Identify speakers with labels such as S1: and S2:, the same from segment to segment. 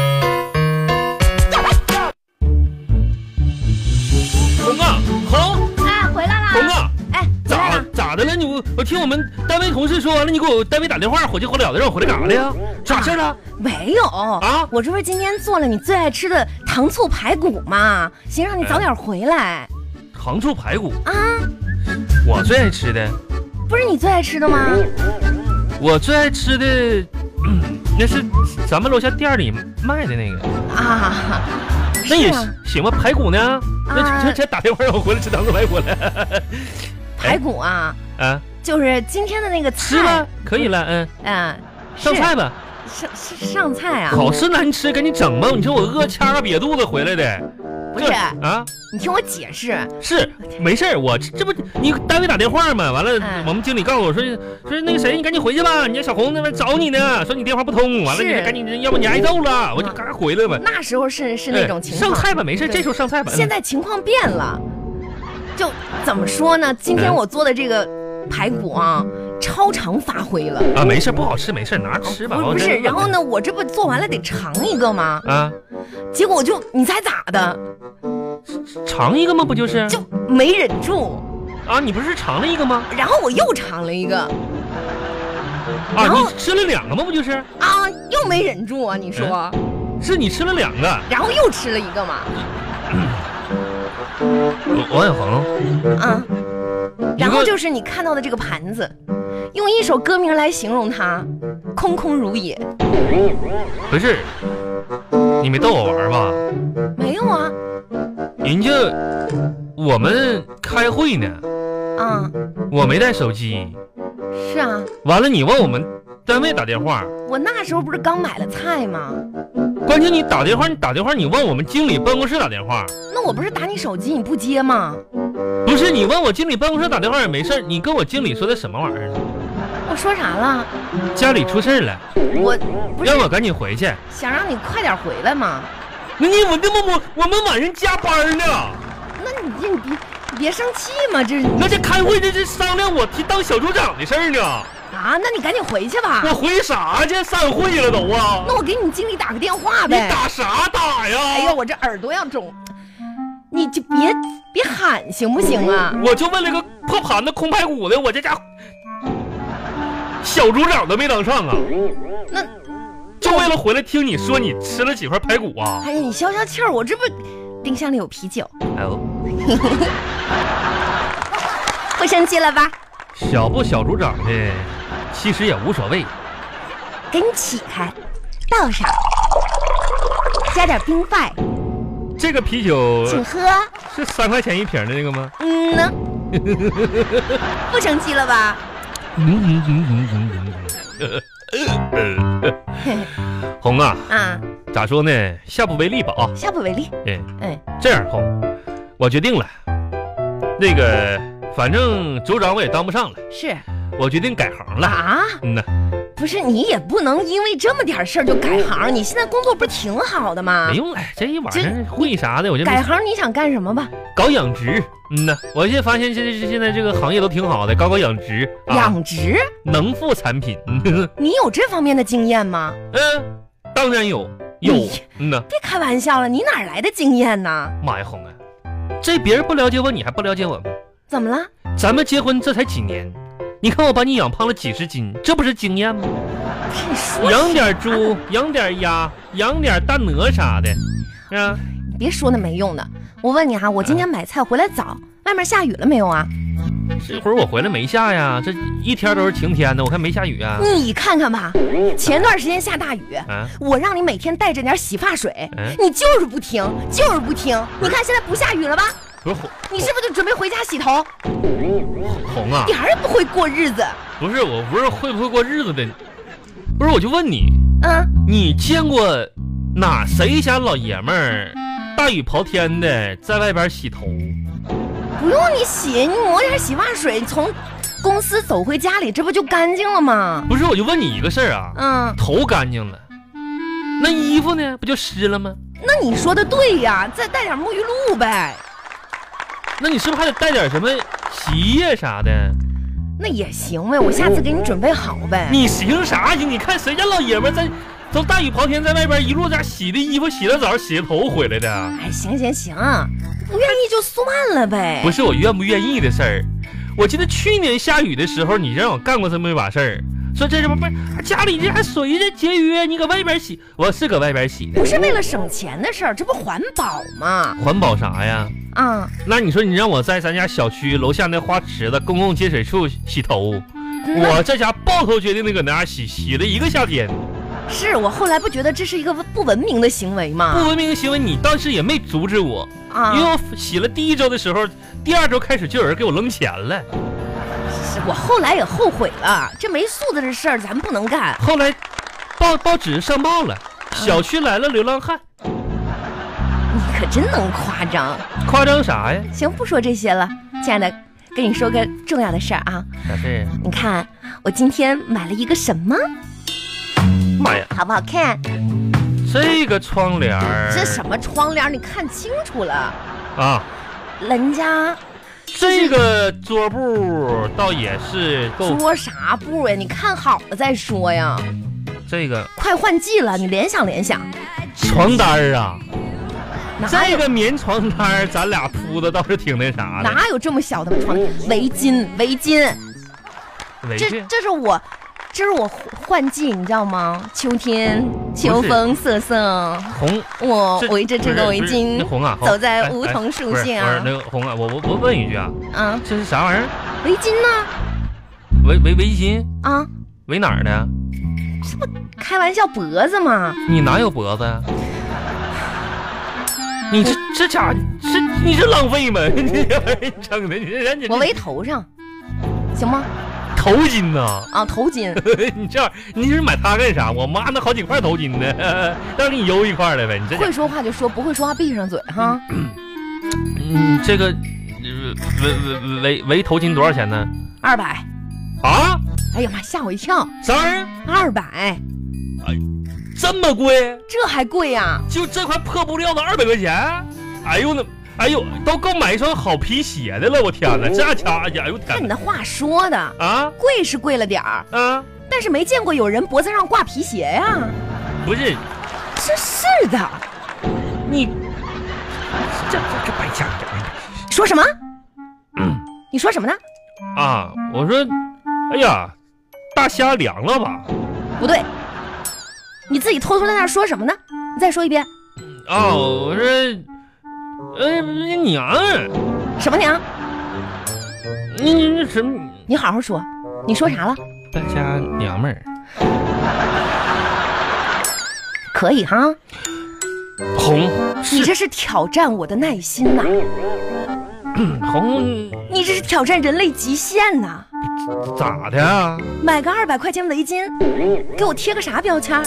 S1: 啊
S2: 啊
S1: 哎咋的了？你我我听我们单位同事说完了，你给我单位打电话火急火燎的让我回来干啥来呀？咋事儿了？
S2: 没有
S1: 啊
S2: 我这不是今天做了你最爱吃的糖醋排骨吗？行，让你早点回来
S1: 糖醋排骨，
S2: 啊！
S1: 我最爱吃的，
S2: 不是你最爱吃的吗？
S1: 嗯我最爱吃的，嗯那是咱们楼下店里卖的那个，
S2: 啊，
S1: 那
S2: 是
S1: 也
S2: 啊，
S1: 行吧？排骨呢？那这这打电话让我回来吃糖醋排骨了
S2: 排骨啊，
S1: 啊？
S2: 就是今天的那个
S1: 吃
S2: 菜
S1: 了，，可以了，嗯，
S2: 嗯，
S1: 上
S2: 是嗯
S1: 菜吧。
S2: 上上上菜啊！
S1: 好吃难吃，赶紧整吧！你说我饿掐着瘪肚子回来的，
S2: 不
S1: 这
S2: 是
S1: 啊？
S2: 你听我解释，
S1: 是没事儿，我这这不你单位打电话嘛？完了，
S2: 嗯
S1: 我们经理告诉我说说那个谁，你赶紧回去吧，你家小红那边找你呢，说你电话不通，完了
S2: 是
S1: 你得赶紧，要不你挨揍了，我就嘎回来吧。
S2: 那时候是是那种情况。
S1: 哎上菜吧，没事，
S2: 对
S1: 这时候上菜吧。
S2: 现在情况变了，就怎么说呢？今
S1: 嗯
S2: 天我做的这个排骨啊，超常发挥了。
S1: 啊，没事，不好吃，没事，拿吃吧。
S2: 不是
S1: 我
S2: 不是，
S1: 这
S2: 然后呢，我这不做完了得尝一个吗？
S1: 啊，
S2: 结果我就你猜咋的，
S1: 尝一个吗？不就是
S2: 就没忍住，
S1: 啊？你不是尝了一个吗？
S2: 然后我又尝了一个
S1: 啊，
S2: 然后
S1: 你吃了两个吗？不就是？
S2: 啊，又没忍住啊，你说，
S1: 嗯是你吃了两个，
S2: 然后又吃了一个嘛，
S1: 王王小红。
S2: 啊，
S1: 嗯
S2: 然
S1: 一
S2: 后
S1: 个
S2: 就是你看到的这个盘子，用一首歌名来形容它，空空如也。
S1: 不是，你没逗我玩儿吧？
S2: 没有啊，
S1: 人家我们开会呢，
S2: 啊，
S1: 我没带手机。
S2: 是啊，
S1: 完了，你问我们单位打电话，
S2: 我那时候不是刚买了菜吗？
S1: 关键你打电话，你打电话，你问我们经理办公室打电话，
S2: 那我不是打你手机你不接吗？
S1: 不是你问我经理办公室打电话也没事儿你跟我经理说的什么玩意儿呢？
S2: 我说啥了？
S1: 家里出事儿了，
S2: 我不是
S1: 让我赶紧回去。
S2: 想让你快点回来吗？
S1: 那你我那么我我们晚上加班儿呢，
S2: 那你这你别你别生气嘛，这是
S1: 那这开会这是商量我提当小组长的事儿呢，
S2: 啊，那你赶紧回去吧。
S1: 我回啥去？散会了都啊！
S2: 那我给你经理打个电话
S1: 你
S2: 呗。
S1: 打啥打呀？
S2: 哎呀，我这耳朵要肿，你就别别喊行不行啊？
S1: 我就问了个破盘子空排骨的，我这家伙小组长都没当上啊，
S2: 那
S1: 就为了回来听你说你吃了几块排骨啊？
S2: 哎呀，你消消气儿，我这不冰箱里有啤酒，
S1: 哎呦，
S2: 会生气了吧？
S1: 小不小组长的，其实也无所谓。
S2: 给你起开，倒上，加点冰块，
S1: 这个啤酒
S2: 请喝。
S1: 是三块钱一瓶的那个吗？
S2: 嗯 呢，不生气了吧？
S1: 嗯嗯嗯嗯嗯嗯。
S2: 嘿
S1: 红啊，
S2: 啊，
S1: 咋说呢？下不为例吧啊。
S2: 下不为例。
S1: 嗯，
S2: 哎，
S1: 这样红，我决定了，那个反正组长我也当不上了，
S2: 是
S1: 我决定改行了。
S2: 啊，
S1: 嗯呐，
S2: 不是你也不能因为这么点事儿就改行，你现在工作不是挺好的吗
S1: 没？用了，啊这一晚上会啥的，我就没
S2: 改行你想干什么吧？
S1: 搞养殖。嗯呐，我现在发现现在现在这个行业都挺好的，搞搞养殖啊，
S2: 养殖，
S1: 能副产品。嗯
S2: 你有这方面的经验吗？
S1: 嗯，当然有有
S2: 哎。
S1: 嗯呐，
S2: 别开玩笑了，你哪来的经验呢？
S1: 妈呀，红啊，这别人不了解我，你还不了解我吗？
S2: 怎么了？
S1: 咱们结婚这才几年，你看我把你养胖了几十斤，这不是经验吗？
S2: 不是你啊说
S1: 养
S2: 啥
S1: 点猪，养点鸭，养点大鹅啥的，啊，
S2: 你别说那没用的。我问你哈、我今天买菜回来早，外面下雨了没有啊？
S1: 这会儿我回来没下呀，这一天都是晴天的，我看没下雨啊，
S2: 你看看吧，前段时间下大雨，
S1: 啊，
S2: 我让你每天带着点洗发水
S1: 嗯，
S2: 你就是不听，就是不听。你看现在不下雨了吧？
S1: 不是红，
S2: 你是不哎是就准备回家洗头？
S1: 红啊
S2: 一，点儿也不会过日子。
S1: 不是，我不是会不会过日子的，不是，我就问你，
S2: 嗯，
S1: 你见过哪谁家老爷们儿大雨刨天的在外边洗头？
S2: 不用你洗，你抹点洗发水，从公司走回家里，这不就干净了吗？
S1: 不是，我就问你一个事儿啊，
S2: 嗯，
S1: 头干净了，那衣服呢？不就湿了吗？
S2: 那你说的对呀，再带点沐浴露呗，
S1: 那你是不是还得带点什么洗衣液啥的？
S2: 那也行呗，我下次给你准备好呗。
S1: 你行啥行？你看谁家老爷们儿在都大雨刨天，在外边一路家洗的衣服、洗的澡、洗的头回来的，
S2: 哎，行行行，不愿意就算了呗。
S1: 不是我愿不愿意的事儿。我记得去年下雨的时候，你让我干过这么一把事儿，说这什么不是家里这还水这节约，你搁外边洗，我是搁外边洗的
S2: 不，是为了省钱的事儿，这不环保吗？
S1: 环保啥呀？
S2: 啊，
S1: 那你说你让我在咱家小区楼下那花池子公共接水处洗头，
S2: 那
S1: 我这家抱头决定的搁那儿洗，洗了一个夏天。
S2: 是我后来不觉得这是一个不文明的行为
S1: 不
S2: 吗？
S1: 文明的行为你倒是也没阻止我，因为
S2: 啊，
S1: 我洗了第一周的时候，第二周开始就有人给我扔钱了。
S2: 是我后来也后悔了，这没素质的事儿咱们不能干。
S1: 后来报报纸上报了，小区来了流浪汉，
S2: 你可真能夸张。
S1: 夸张啥呀？
S2: 行，不说这些了，亲爱的，跟你说个重要的事儿啊。
S1: 啥事？
S2: 你看，我今天买了一个什么，
S1: 妈呀，
S2: 好不好看？
S1: 这个窗帘儿
S2: 这什么窗帘儿？你看清楚了，
S1: 啊？
S2: 人家
S1: 这个桌布倒也是够，
S2: 说啥布呀？你看好了再说呀。
S1: 这个
S2: 快换季了，你联想联想，
S1: 床单儿啊，
S2: 哪
S1: 这
S2: 有
S1: 个棉床单儿咱俩铺的倒是挺那啥的。
S2: 哪有这么小的床？围巾，围巾，
S1: 围
S2: 这
S1: 哦巾
S2: 这是我，这是我换季，你知道吗？秋天，
S1: 哦
S2: 秋风瑟瑟，
S1: 红，
S2: 我哦围着这个围
S1: 不是
S2: 巾
S1: 那红啊，红
S2: 走在
S1: 哎
S2: 梧
S1: 哎
S2: 桐树
S1: 不是
S2: 下
S1: 不是那个红啊，我我我问一句啊，
S2: 啊，
S1: 这是啥玩意儿？
S2: 围巾呢？
S1: 围围围巾？
S2: 啊，
S1: 围哪儿呢？
S2: 开玩笑，脖子嘛，
S1: 你哪有脖子呀？你这这家伙，这你这浪费吗？ 你这玩意儿整的，你这人家
S2: 我围头上，行吗？
S1: 头巾呐！
S2: 啊，头巾
S1: 你这玩意儿你是买它干啥？我妈那好几块头巾呢，到时候给你邮一块来呗。你这家
S2: 会说话就说，不会说话闭上嘴哈。
S1: 嗯这个呃围围围围头巾多少钱呢？
S2: 二百，
S1: 啊，
S2: 哎呀妈，吓我一跳，
S1: 啥玩意儿？
S2: 二百，
S1: 这么贵？
S2: 这还贵呀、
S1: 就这块破布料子二百块钱？哎呦那，哎呦，都够买一双好皮鞋的了！我天哪，这家伙，哎呦
S2: 看
S1: 天
S2: 你
S1: 哪！
S2: 的话说的，
S1: 啊
S2: 贵是贵了点儿，
S1: 啊，
S2: 但是没见过有人脖子上挂皮鞋呀、
S1: 不是。
S2: 真是的，
S1: 你这这这败家这玩意
S2: 说什么？你说什么呢？
S1: 儿啊！我说，哎呀，大虾凉了吧？
S2: 不对，你自己偷偷在那儿说什么呢？你再说一遍，
S1: 啊，我说，哎，娘，
S2: 什么娘？
S1: 你你那什么
S2: 你好好说，你说啥了？
S1: 败家娘们儿？
S2: 可以哈，
S1: 红
S2: 你这是挑战我的耐心呐、
S1: 红
S2: 你这是挑战人类极限呐、
S1: 咋的啊？
S2: 买个二百块钱围巾，给我贴个啥标签儿？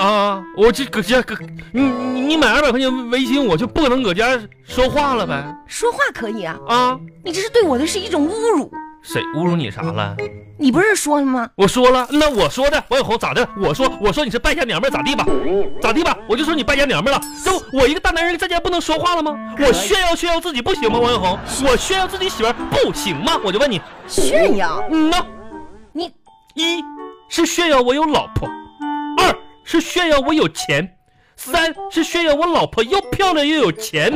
S1: 啊，我这搁家搁你你你买二百块钱围巾，我就不能搁家说话了呗？
S2: 说话可以啊，
S1: 啊，
S2: 你这是对我的是一种侮辱。
S1: 谁侮辱你啥了？
S2: 你不是说了吗？
S1: 我说了，那我说的王小红咋的？我说我说你是败家娘们儿咋地吧？咋地吧？我就说你败家娘们儿了。这不我一个大男人在家不能说话了吗？我炫耀炫耀自己不行吗？王小红，我炫耀自己媳妇儿不行吗？我就问你，
S2: 炫耀
S1: 嗯呢？
S2: 你
S1: 一是炫耀我有老婆，二是炫耀我有钱，三是炫耀我老婆又漂亮又有钱，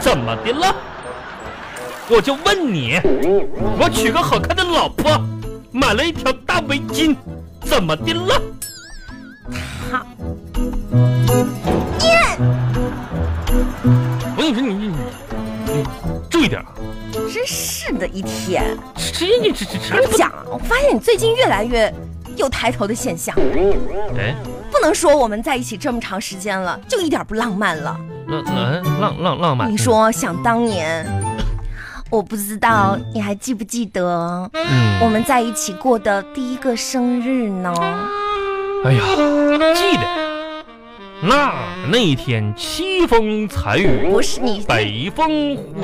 S1: 怎么的了？我就问你，我娶个好看的老婆，买了一条大围巾，怎么的了？
S2: 他
S1: 我跟你说，你你你你注意点啊！
S2: 真是的一天。
S1: 这这这这
S2: 跟你
S1: 这，
S2: 讲，啊我发现你最近越来越有抬头的现象。
S1: 哎，
S2: 不能说我们在一起这么长时间了，就一点不浪漫了。
S1: 浪浪浪浪浪漫，
S2: 你，说想当年，我不知道你还记不记得我
S1: 嗯，
S2: 们在一起过的第一个生日呢？
S1: 哎呀，记得，那那一天凄风残雨，
S2: 不是你
S1: 北风呼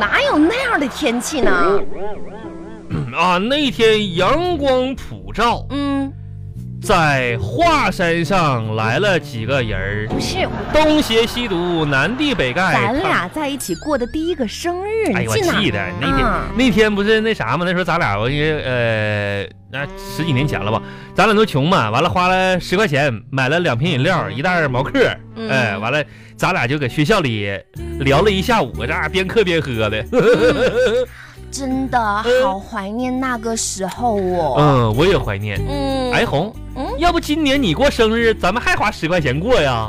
S2: 哪有那样的天气
S1: 哦
S2: 呢？
S1: 呼啊！那天阳光普照，
S2: 嗯，
S1: 在华山上来了几个人儿，
S2: 不是，
S1: 东邪西毒，南帝北丐。
S2: 咱
S1: 看
S2: 俩在一起过的第一个生日，
S1: 哎
S2: 你
S1: 呦，我
S2: 记哪儿？
S1: 记得那天、
S2: 啊
S1: 那天不是那啥吗？那时候咱俩我因为呃那十几年前了吧，咱俩都穷嘛，完了花了十块钱买了两瓶饮料，一袋毛嗑，哎、
S2: 嗯
S1: 完了咱俩就搁学校里聊了一下午，咱俩边嗑边喝的。
S2: 真的好怀念那个时候哦。
S1: 嗯，我也怀念。
S2: 嗯，
S1: 哎，红，
S2: 嗯
S1: 要不今年你过生日，咱们还花十块钱过呀？